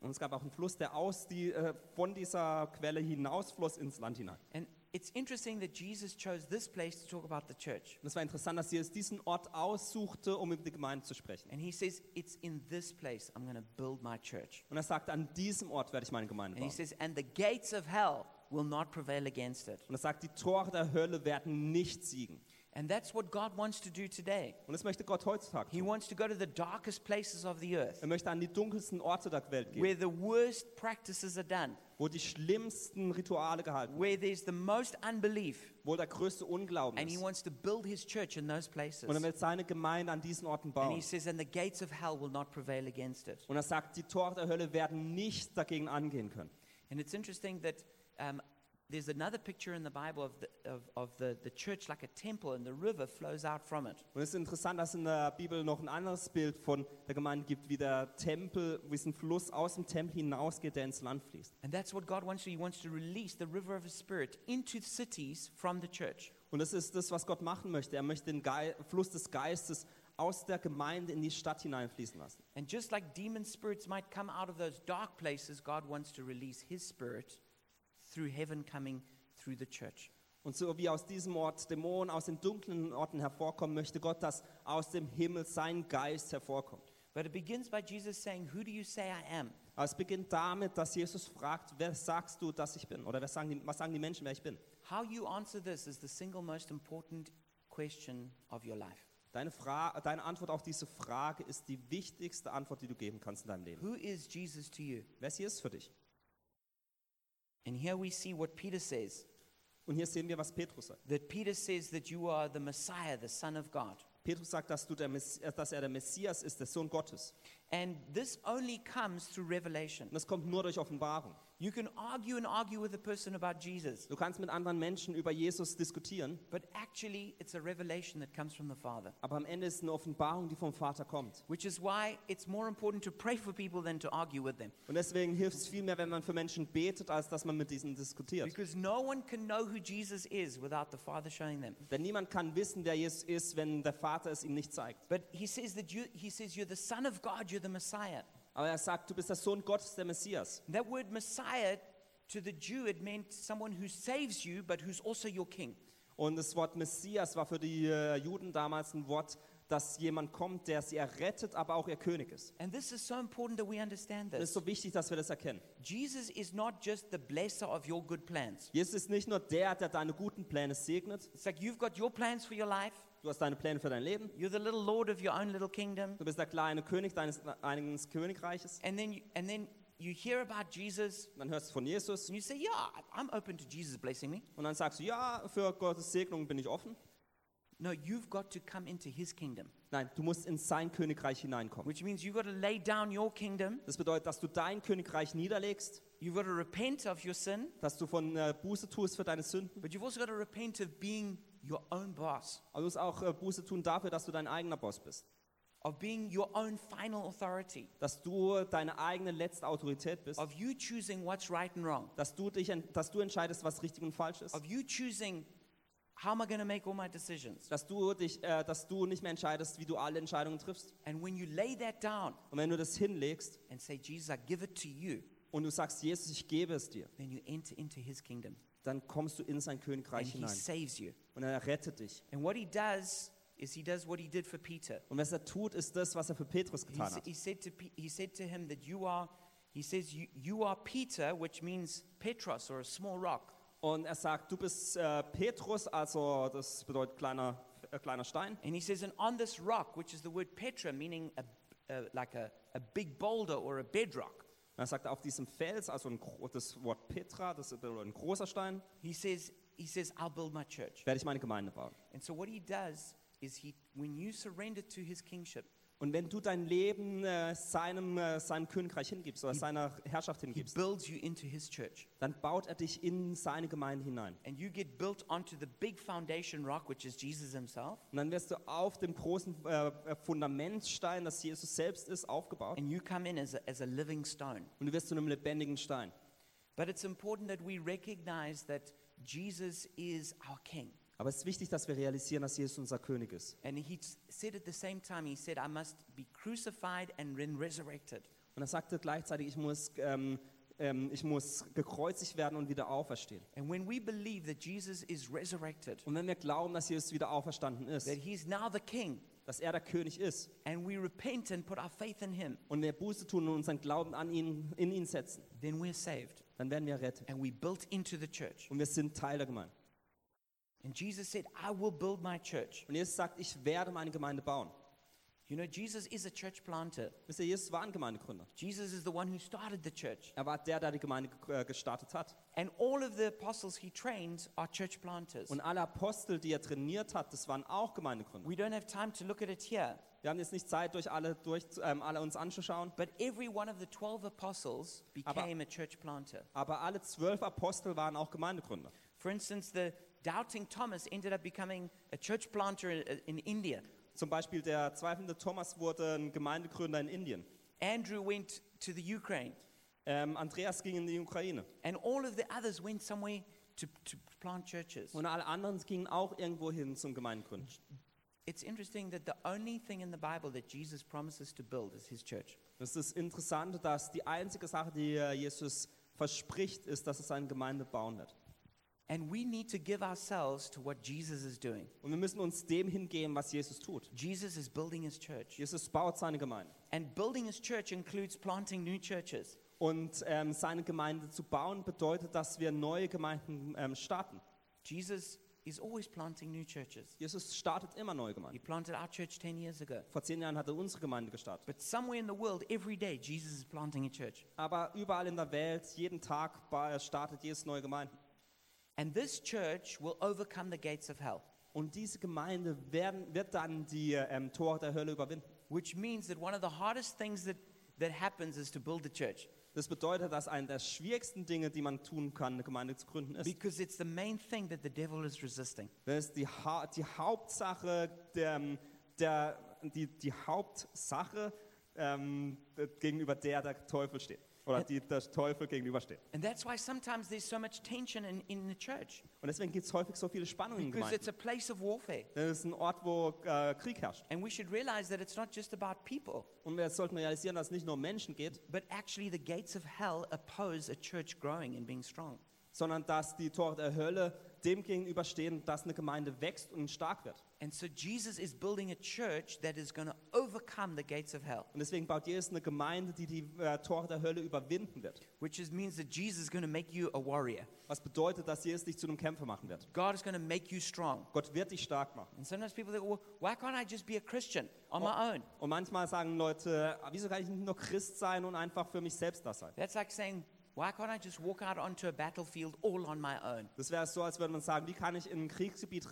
Und es gab auch einen Fluss, der aus die, äh, von dieser Quelle hinausfloss ins Land hinein. And it's interesting that Jesus chose this place to talk about the church. Und es war interessant, dass Jesus diesen Ort aussuchte, um über die Gemeinde zu sprechen. And he says, It's in this place I'm going to build my church. Und er sagte, an diesem Ort werde ich meine Gemeinde And he bauen. says, And the gates of hell will not prevail against it. Und er sagt, die Tore der Hölle werden nicht siegen. And that's what God wants to do today. Und das möchte Gott heutzutage He tun. wants to go to the darkest places of the earth Er möchte an die dunkelsten Orte der Welt gehen, where the worst practices are done, wo die schlimmsten Rituale gehalten werden, where there's the most unbelief. wo der größte Unglauben And he ist. wants to build his church in those places. Und er will seine Gemeinde an diesen Orten And he bauen. says, And the gates of hell will not prevail against it. Und er sagt, die Tore der Hölle werden nicht dagegen angehen können. And it's interesting that um, there's another picture in the Bible of, the, of, of the, the church like a temple and the river flows out from it. Und es ist interessant, dass in der Bibel noch ein anderes Bild von der Gemeinde gibt, wie der Tempel, wie es ein Fluss aus dem Tempel hinausgeht, der ins Land fließt. And that's what God wants to do. He wants to release the river of His Spirit into cities from the church. Und das ist das, was Gott machen möchte. Er möchte den Gei Fluss des Geistes aus der Gemeinde in die Stadt hineinfließen lassen. And just like demon spirits might come out of those dark places, God wants to release His Spirit through heaven coming through the church. Und so wie aus diesem Ort Dämonen aus den dunklen Orten hervorkommen, möchte Gott, dass aus dem Himmel sein Geist hervorkommt. But it begins by Jesus saying, Who do you say I am? Aber es beginnt damit, dass Jesus fragt, wer sagst du, dass ich bin? Oder wer sagen die, was sagen die Menschen, wer ich bin? How you answer this is the single most important question of your life. Deine, Fra deine Antwort auf diese Frage ist die wichtigste Antwort, die du geben kannst in deinem Leben. Who is Jesus to you? Wer ist Jesus für dich? And here we see what Peter says Und hier sehen wir, was Petrus sagt. that Peter says that you are the Messiah, the Son of God. Petrus sagt, dass, du der Mess äh, dass er der Messias ist, der Sohn Gottes. And this only comes through revelation. Und das kommt nur durch Offenbarung. You can argue and argue with a person about Jesus, Du kannst mit anderen Menschen über Jesus diskutieren, but actually, it's a revelation that comes from the Father, aber am Ende ist es eine Offenbarung, die vom Vater kommt. which is why it's more important to pray for people than to argue with them. Und deswegen hilft es viel mehr, wenn man für Menschen betet, als dass man mit diesen diskutiert. Because no one can know who Jesus is without the Father showing them. Denn niemand kann wissen, wer Jesus ist, wenn der Vater es ihm nicht zeigt. But he says that you, he says you're the Son of God, you're the Messiah. Aber er sagt, du bist der Sohn Gottes, der Messias. That word Messiah to the Jew, it meant someone who saves you, but who's also your king. Und das Wort Messias war für die äh, Juden damals ein Wort, dass jemand kommt, der sie errettet, aber auch ihr König ist. And this is so important that we understand Und Es ist this. so wichtig, dass wir das erkennen. Jesus is not just the blesser of your good plans. Jesus ist nicht nur der, der deine guten Pläne segnet. It's like you've got your plans for your life. Du hast deine Pläne für dein Leben. You're the little lord of your own little kingdom. Du bist der kleine König deines eigenen Königreiches. And then, you, and then you hear about Jesus Und dann hörst du von Jesus and you say, Yeah, I- I'm open to Jesus blessing me. und dann sagst du, ja, für Gottes Segnung bin ich offen. No, you've got to come into his kingdom, Nein, du musst in sein Königreich hineinkommen. which means you've got to lay down your kingdom. Das bedeutet, dass du dein Königreich niederlegst, You've got to repent of your sin, dass du von äh, Buße tust für deine Sünden, but you've also got to repent of being your own boss, aber du musst auch äh, Buße tun dafür, dass du dein eigener Boss bist, of being your own final authority, dass du deine eigene letzte Autorität bist, of you choosing what's right and wrong, dass du, dich, en- dass du entscheidest, was richtig und falsch ist, of you choosing how am I going to make all my decisions. dass du, dich, äh, dass du nicht mehr entscheidest, wie du alle Entscheidungen triffst. And when you lay that down Und wenn du das hinlegst and say, Jesus, I give it to you, und du sagst, Jesus, ich gebe es dir, then you enter into his kingdom dann kommst du in sein and Königreich he hinein saves you. und er rettet dich. And what he does is he does what he did for Peter. Und was er tut, ist das, was er für Petrus He, getan s- hat. he said to Pe- he said to him that you are he says you, you are Peter, which means Petros or a small rock. Und er sagt, du bist äh, Petrus, also das bedeutet kleiner, äh, kleiner Stein. And he says, and on this rock, which is the word Petra, meaning a, a, like a, a big boulder or a bedrock, Und er sagt, auf diesem Fels, also ein, gro- das Wort Petra, das bedeutet ein großer Stein, he says he says I'll build my church. werde ich meine Gemeinde bauen. And so what he does is he when you surrender to his kingship, Und wenn du dein Leben äh, seinem, äh, seinem Königreich hingibst oder seiner Herrschaft he hingibst, builds you into his church, dann baut er dich in seine Gemeinde hinein. and you get built onto the big foundation rock, which is Jesus himself. Und dann wirst du auf dem großen äh, äh, Fundamentstein, das Jesus selbst ist, aufgebaut. And you come in as a, as a living stone. Und du wirst zu einem lebendigen Stein. But it's important that we recognize that Jesus is our King. Aber es ist wichtig, dass wir realisieren, dass Jesus unser König ist. And he s- said at the same time, He said, I must be crucified and then resurrected. Und er sagte gleichzeitig, ich muss, ähm, ähm, ich muss gekreuzigt werden und wieder auferstehen. And when we believe that Jesus is resurrected, Und wenn wir glauben, dass Jesus wieder auferstanden ist, that He's now the King, dass er der König ist and we repent and put our faith in Him, und wir Buße tun und unseren Glauben an ihn, in ihn setzen, then we're saved dann werden wir errettet. and we built into the church. Und wir sind Teil der Gemeinde. And Jesus said, I will build my church. Und Jesus sagt, ich werde meine Gemeinde bauen. You know, Jesus is a church planter. Wisst ihr, Jesus war ein Gemeindegründer. Jesus is the one who started the church. Er war der, der die Gemeinde ge- äh, gestartet hat. And all of the apostles he trained are church planters. Und alle Apostel, die er trainiert hat, das waren auch Gemeindegründer. We don't have time to look at it here, Wir haben jetzt nicht Zeit, durch alle, durch, ähm, alle uns anzuschauen, but every one of the 12 apostles Aber- became a church planter. aber alle zwölf Apostel waren auch Gemeindegründer. For instance, the doubting Thomas ended up becoming a church planter in, uh, in India. Zum Beispiel der zweifelnde Thomas wurde ein Gemeindegründer in Indien. Andrew went to the Ukraine, Ähm, Andreas ging in die Ukraine. and all of the others went somewhere to, to plant churches. Und alle anderen gingen auch irgendwo hin zum Gemeindegründen. It's interesting that the only thing in the Bible that Jesus promises to build is his church. Das ist interessant, dass die einzige Sache, die äh, Jesus verspricht, ist, dass er seine Gemeinde bauen wird. And we need to give ourselves to what Jesus is doing. Und wir müssen uns dem hingeben, was Jesus tut. Jesus is building his church. Jesus baut seine Gemeinde. And building his church includes planting new churches. Und ähm, seine Gemeinde zu bauen bedeutet, dass wir neue Gemeinden ähm, starten. Jesus is always planting new churches. Jesus startet immer neue He Gemeinden. planted our church 10 years ago. Vor zehn Jahren hat er unsere Gemeinde gestartet. But somewhere in the world, every day, Jesus is planting a church. Aber überall in der Welt, jeden Tag ba- startet Jesus neue Gemeinden. And this church will overcome the gates of hell, Und diese Gemeinde werden, wird dann die ähm, Tore der Hölle überwinden. which means that one of the hardest things that, that happens is to build a church Das bedeutet, dass eine der schwierigsten Dinge, die man tun kann, eine Gemeinde zu gründen, ist. because it's the main thing that the devil is resisting. Das ist die, ha die Hauptsache, der, der, die, die Hauptsache ähm, gegenüber der der Teufel steht. Oder die der Teufel gegenübersteht. And that's why sometimes there's so much tension in, in the church Und deswegen gibt es häufig so viele Spannungen in because it's Gemeinden. a place of warfare. Das ist ein Ort, wo äh, Krieg herrscht. And we should realize that it's not just about people, Und wir sollten realisieren, dass es nicht nur um Menschen geht, but actually the gates of hell oppose a church growing and being strong. sondern dass die Tore der Hölle dem gegenüberstehen, dass eine Gemeinde wächst und stark wird. And so Jesus is building a church that is going to overcome the gates of hell, Und deswegen baut Jesus eine Gemeinde, die die äh, Tore der Hölle überwinden wird. which is, means that Jesus is going to make you a warrior. Was bedeutet, dass Jesus dich zu einem Kämpfer machen wird. God is going to make you strong. Gott wird dich stark machen. And sometimes people think, well, why can't I just be a Christian on my own? Und manchmal sagen Leute, "Ah, wieso kann ich nicht nur Christ sein und einfach für mich selbst das sein? That's like saying, why can't I just walk out onto a battlefield all on my own? Das wäre so, als würde man sagen, wie kann ich in ein Kriegsgebiet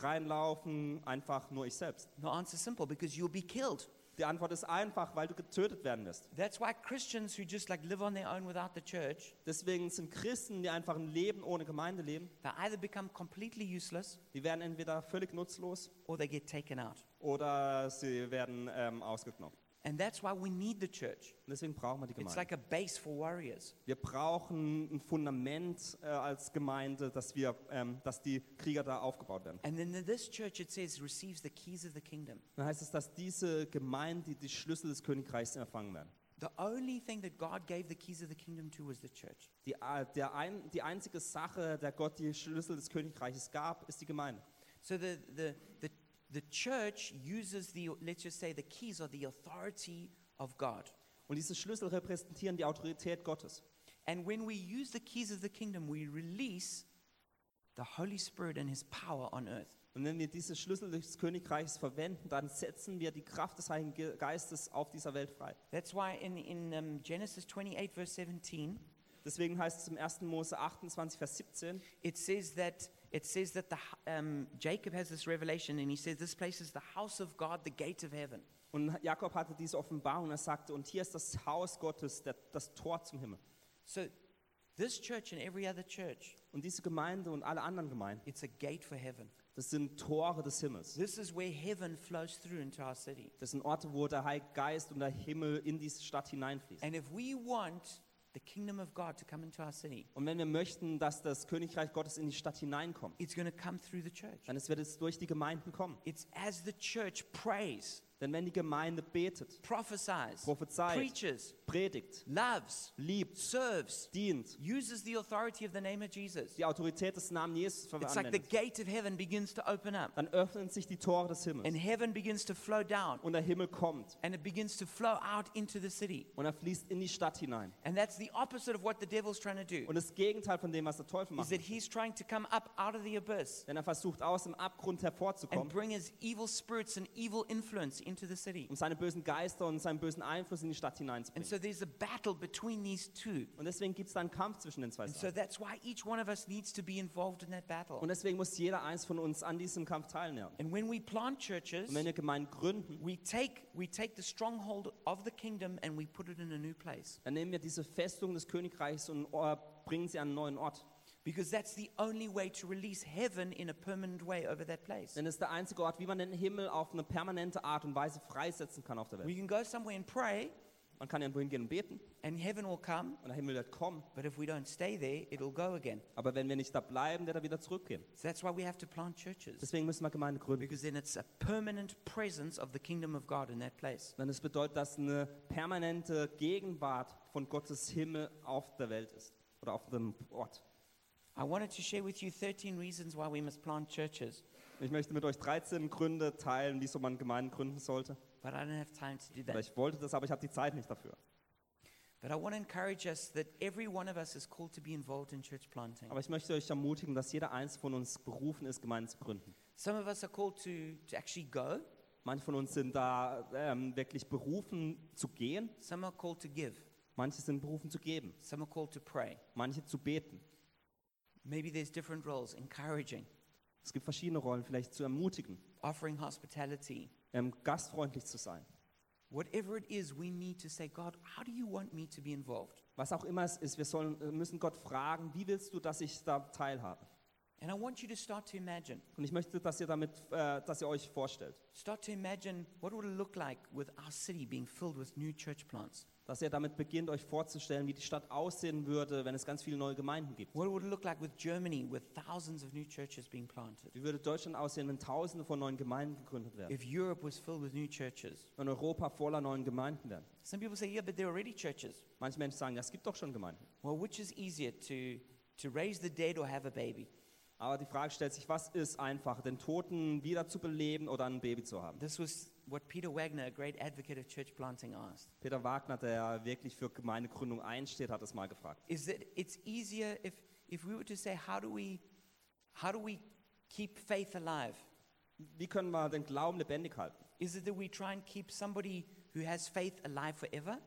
reinlaufen, einfach nur ich selbst. The answer's simple because you'll be killed. Die Antwort ist einfach, weil du getötet werden wirst. That's why Christians who just like live on their own without the church, Deswegen sind Christen, die einfach ein Leben ohne Gemeinde leben, they either become completely useless die werden entweder völlig nutzlos or they get taken out. oder sie werden ähm, ausgenommen. And that's why we need the church. Und deswegen brauchen wir die It's like Gemeinde. a base for warriors. wir brauchen ein Fundament äh, als Gemeinde, dass, wir, ähm, dass die Krieger da aufgebaut werden. And then this church, it says, receives the keys of the kingdom. Dann heißt es, dass diese Gemeinde die Schlüssel des Königreichs empfangen werden. The only thing that God gave the keys of the kingdom to was the church. Die, äh, der ein, die einzige Sache, der Gott die Schlüssel des Königreiches gab, ist die Gemeinde. So the, the, the, the church uses the, let's just say, the keys or the authority of God. Und diese Schlüssel repräsentieren die Autorität Gottes. And when we use the keys of the kingdom, we release the Holy Spirit and his power on earth. Und wenn wir diese Schlüssel des Königreichs verwenden, dann setzen wir die Kraft des Heiligen Ge- Geistes auf dieser Welt frei. That's why in, in um, Genesis 28, verse 17, Deswegen heißt es im 1. Mose 28, Vers 17, it says that it says that the, h- um, Jacob has this revelation, and he says this place is the house of God, the gate of heaven. und Jakob hatte diese Offenbarung, er sagte, und hier ist das Haus Gottes, der, das Tor zum Himmel. So, this church and every other church, Und diese Gemeinde und alle anderen Gemeinden, it's a gate for heaven. das sind Tore des Himmels. This is where heaven flows through into our city. Das sind Orte, wo der Heilige Geist und der Himmel in diese Stadt hineinfließt. And if we want the kingdom of God to come into our city, Und wenn wir möchten, dass das Königreich Gottes in die Stadt hineinkommt, it's going to come through the church. dann es wird es durch die Gemeinden kommen. It's as the church prays, Denn wenn die Gemeinde betet, prophesies, Prophezeit. preaches, predigt, loves, liebt, serves, dient, uses the authority of the name of Jesus. die Autorität des Namens Jesus It's like the verwendet, gate of heaven begins to open up, dann öffnen sich die Tore des and Himmels heaven begins to flow down, und der Himmel kommt and it begins to flow out into the city. und er fließt in die Stadt hinein. And that's the opposite of what the devil's trying to do. Und das Gegenteil von dem, was der Teufel Is macht, that he's trying to come up out of the abyss denn er versucht aus dem Abgrund and hervorzukommen, bring his evil spirits and evil influence into the city. um seine bösen Geister und seinen bösen Einfluss in die Stadt And hineinzubringen. so there's a battle between these two. Und deswegen gibt es da einen Kampf zwischen den zwei And so Seiten. that's why each one of us needs to be involved in that battle. Und deswegen muss jeder eins von uns an diesem Kampf teilnehmen. And when we plant churches, Und wenn wir Gemeinden gründen, we take, we take the stronghold of the kingdom and we put it in a new place. dann nehmen wir diese Festung des Königreichs und äh, bringen sie an einen neuen Ort. Because that's the only way to release heaven in a permanent way over that place. Denn es ist der einzige Ort, wie man den Himmel auf eine permanente Art und Weise freisetzen kann auf der We Welt. can go somewhere and pray, Man kann irgendwo hingehen und beten and heaven will come, und der Himmel wird kommen. but if we don't stay there, it'll go again. Aber wenn wir nicht da bleiben, wird er wieder zurückgehen. So that's why we have to plant churches. Deswegen müssen wir Gemeinde gründen. Because then it's a permanent presence of the kingdom of God in that place. Denn es bedeutet, dass eine permanente Gegenwart von Gottes Himmel auf der Welt ist oder auf dem Ort. I wanted to share with you 13 reasons why we must plant churches, Ich möchte mit euch 13 Gründe teilen, wieso man Gemeinden gründen sollte. but I don't have time to do Oder that. ich wollte das, aber ich habe die Zeit nicht dafür. But I want to encourage us that every one of us is called to be involved in church planting. Aber ich möchte euch ermutigen, dass jeder eins von uns berufen ist, Gemeinden zu gründen. Some of us are called to, to actually go, Manche von uns sind da ähm, wirklich berufen zu gehen, some are called to give, manche sind berufen zu geben, some are called to pray. manche zu beten. Maybe there's different roles encouraging, Es gibt verschiedene Rollen, vielleicht zu ermutigen, offering hospitality. ähm, gastfreundlich zu sein. Whatever it is, we need to say, God, how do you want me to be involved? Was auch immer es ist, wir sollen, äh, müssen Gott fragen, wie willst du, dass ich da teilhabe? And I want you to start to imagine. Und ich möchte, dass ihr, damit, äh, dass ihr euch vorstellt, Start to imagine what would it look like with our city being filled with new church plants. dass ihr damit beginnt, euch vorzustellen, wie die Stadt aussehen würde, wenn es ganz viele neue Gemeinden gibt. What would it look like with Germany with thousands of new churches being planted? Wie würde Deutschland aussehen, wenn Tausende von neuen Gemeinden gegründet werden? If Europe was filled with new churches. Wenn Europa voller neuen Gemeinden werden? Some people say, yeah, but there are already churches. Manche Menschen sagen, ja, es gibt doch schon Gemeinden. Well, which is easier to, to raise the dead or have a baby? Aber die Frage stellt sich, was ist einfacher, den Toten wiederzubeleben oder ein Baby zu haben? This was what Peter Wagner, a great advocate of church planting, asked. Peter Wagner, der wirklich für Gemeindegründung einsteht, hat das mal gefragt. Is that it's easier if, if we were to say, how do we, how do we keep faith alive? Wie können wir den Glauben lebendig halten? Is it that we try and keep somebody who has faith alive forever?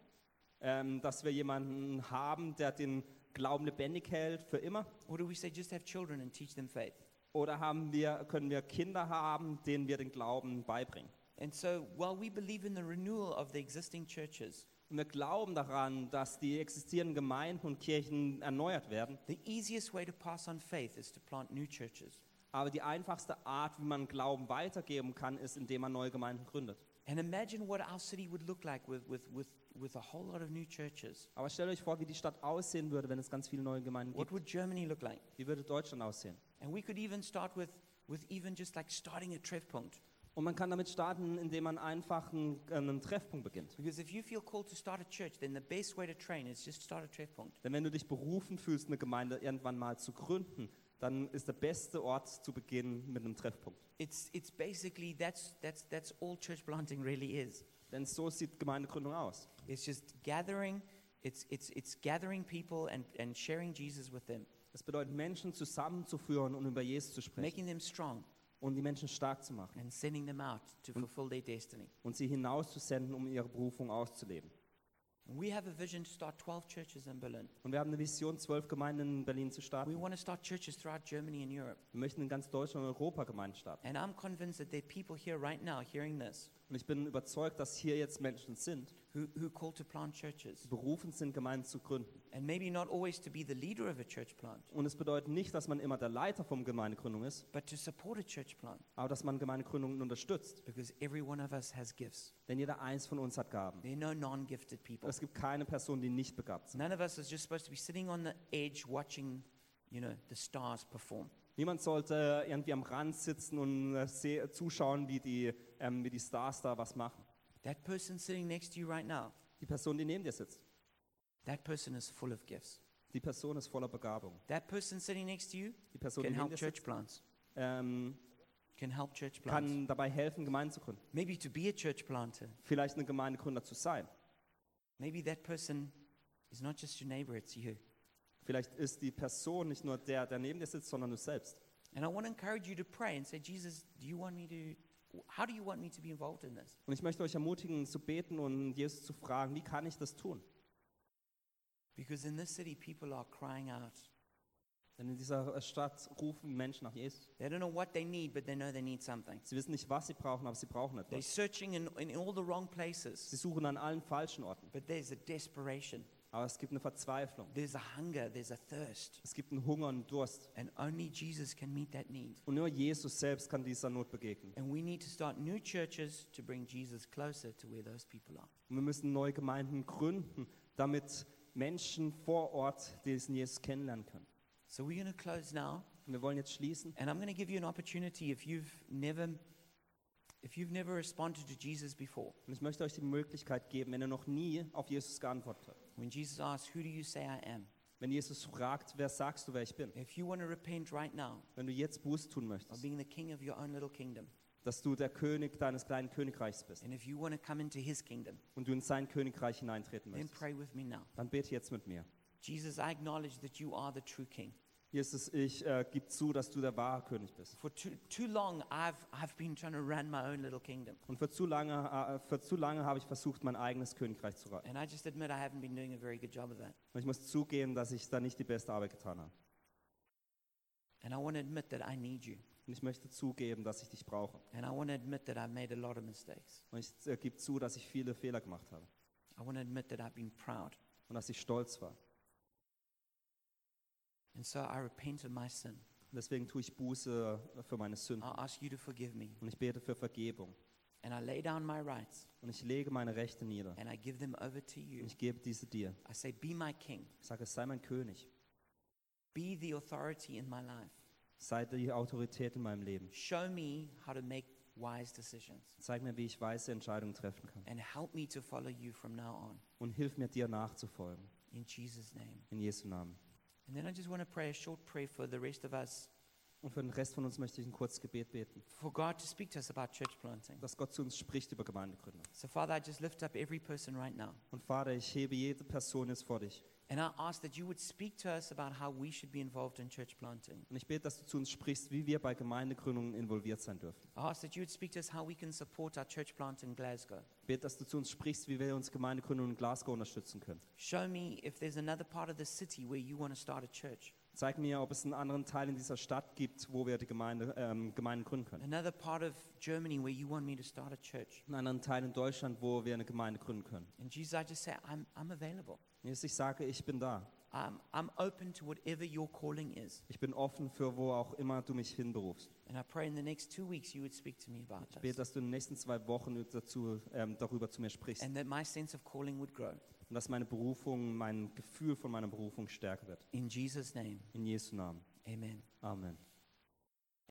Ähm, dass wir jemanden haben, der den Glauben lebendig hält für immer? Or do we say just have children and teach them faith? Oder haben wir, können wir Kinder haben, denen wir den Glauben beibringen? And so while we believe in the renewal of the existing churches, Und wir glauben daran, dass die existierenden Gemeinden und Kirchen erneuert werden. the easiest way to pass on faith is to plant new churches. Aber die einfachste Art, wie man Glauben weitergeben kann, ist, indem man neue Gemeinden gründet. And imagine what our city would look like with, with, with, with a whole lot of new churches. Aber stellt euch vor, wie die Stadt aussehen würde, wenn es ganz viele neue Gemeinden What gibt. would Germany look like? Wie würde Deutschland aussehen? And we could even start with, with even just like starting a Treffpunkt. Und man kann damit starten, indem man einfach einen, einen Treffpunkt beginnt. Because if you feel called to start a church, then the best way to train is just start a Treffpunkt. Denn wenn du dich berufen fühlst, eine Gemeinde irgendwann mal zu gründen, dann ist der beste Ort zu beginnen mit einem Treffpunkt. It's, it's basically, that's, that's, that's all church planting really is. Denn so sieht Gemeindegründung aus. It's just gathering, it's, it's, it's gathering people and, and sharing Jesus with them, Es bedeutet, Menschen zusammenzuführen und über Jesus zu sprechen making them strong und die Menschen stark zu machen and sending them out to fulfill their destiny. und sie hinauszusenden, um ihre Berufung auszuleben. We have a vision to start 12 churches in Berlin. Und wir haben eine Vision, zwölf Gemeinden in Berlin zu starten. We Wir want to start churches throughout Germany and Europe. möchten in ganz Deutschland und Europa Gemeinden starten. And I'm convinced that there are people here right now hearing this Und ich bin überzeugt, dass hier jetzt Menschen sind, who, who call to plant churches. die berufen sind, Gemeinden zu gründen. And maybe not always to be the leader of a church plant, Und es bedeutet nicht, dass man immer der Leiter von Gemeindegründung ist, but to support a church plant aber dass man Gemeindegründungen unterstützt. because every one of us has gifts. Denn jeder eins von uns hat Gaben. There are no non gifted people. Es gibt keine Person, die nicht begabt sind. None of us is just supposed to be sitting on the edge watching, you know, the stars perform. Niemand sollte äh, irgendwie am Rand sitzen und äh, seh- zuschauen, wie die, ähm, wie die Stars da was machen. That person sitting next to you right now, Die Person, die neben dir sitzt, that person is full of gifts. die Person ist voller Begabung. That person sitting next to you Die Person, can die neben help dir church sitzt, plants, ähm, can help church plants. kann dabei helfen, Gemeinden zu gründen. Maybe to be a church planter. Vielleicht ein Gemeindegründer zu sein. Maybe that person is not just your neighbor, it's you. Vielleicht ist die Person nicht nur der, der neben dir sitzt, sondern du selbst. And I want to encourage you to pray and say, Jesus, do you want me to, how do you want me to be involved in this? Und ich möchte euch ermutigen, zu beten und Jesus zu fragen, wie kann ich das tun? Because in this city, people are crying out. Denn in dieser äh, Stadt rufen Menschen nach Jesus. They don't know what they need, but they know they need something. Sie wissen nicht, was sie brauchen, aber sie brauchen They're etwas. searching in, in all the wrong Sie places, suchen an allen falschen Orten. but there's a desperation, Aber es gibt eine Verzweiflung. there's a hunger, there's a thirst, Es gibt einen Hunger und einen Durst. and only Jesus can meet that need. Und nur Jesus selbst kann dieser Not begegnen. And we need to start new churches to bring Jesus closer to where those people are. Und wir müssen neue Gemeinden gründen, damit Menschen vor Ort diesen Jesus kennenlernen können. So we're going to close now. Und wir wollen jetzt schließen. And I'm going to give you an opportunity if you've never if you've never responded to Jesus before. Und ich möchte euch die Möglichkeit geben, wenn ihr noch nie auf Jesus geantwortet habt. When Jesus asks, "Who do you say I am?" Wenn Jesus fragt, wer sagst du, wer ich bin? If you want to repent right now Wenn du jetzt Buße tun of möchtest, being the king of your own little kingdom, dass du der König deines kleinen Königreichs bist and if you want to come into his kingdom, und du in sein Königreich hineintreten then möchtest, pray with me now. dann bete jetzt mit mir. Jesus, I acknowledge that you are the true king. Jesus, ich äh, gebe zu, dass du der wahre König bist. For too, too long I've I've been trying to run my own little kingdom, Und für zu lange, äh, für zu lange habe ich versucht, mein eigenes Königreich zu reiten. and I just admit I haven't been doing a very good job of that. Und ich muss zugeben, dass ich da nicht die beste Arbeit getan habe. And I want to admit that I need you, Und ich möchte zugeben, dass ich dich brauche. and I want to admit that I've made a lot of mistakes. Und ich äh, gebe zu, dass ich viele Fehler gemacht habe I want to admit that I've been proud. und dass ich stolz war. And so I repent of my sin. Und deswegen tue ich Buße für meine Sünden. I ask you to forgive me. Und ich bete für Vergebung. And I lay down my rights Und ich lege meine Rechte nieder. and I give them over to Und you. ich gebe diese dir. I say, Be my king. Ich sage, sei mein König. Be the authority in my life. Sei die Autorität in meinem Leben. Show me how to make wise decisions Zeig mir, wie ich weise Entscheidungen treffen kann. and help me to follow you from now on. Und hilf mir, dir nachzufolgen. In Jesus' name. In Jesu Namen. And then I just want to pray a short prayer for the rest of us Und für den Rest von uns möchte ich ein kurzes Gebet beten, for God to speak to us about church planting. dass Gott zu uns spricht über Gemeindegründung. So, Father, I just lift up every person right now. Und Vater, ich hebe jede Person jetzt vor dich. And I ask that you would speak to us about how we should be involved in church planting. Und ich bete, dass du zu uns sprichst, wie wir bei Gemeindegründungen involviert sein dürfen. I ask that you would speak to us how we can support our church plant in Glasgow. Ich bete, dass du zu uns sprichst, wie wir uns Gemeindegründungen in Glasgow unterstützen können. Show me if there's another part of the city where you want to start a church, Zeig mir, ob es einen anderen Teil in dieser Stadt gibt, wo wir die Gemeinde, ähm, Gemeinden gründen können. another part of Germany where you want me to start a church. Einen anderen Teil in Deutschland, wo wir eine Gemeinde gründen können. And Jesus, I just say, I'm, I'm available. Jesus, ich sage, ich bin da. I'm, I'm open to whatever your calling is. Ich bin offen für wo auch immer du mich hinberufst. And I pray in the next two weeks you would speak to me about Ich bete, this. dass du in den nächsten zwei Wochen dazu, ähm, darüber zu mir sprichst And that my sense of calling would grow. und dass meine Berufung, mein Gefühl von meiner Berufung stärker wird. In Jesus' name, In Jesu Namen. amen. Amen.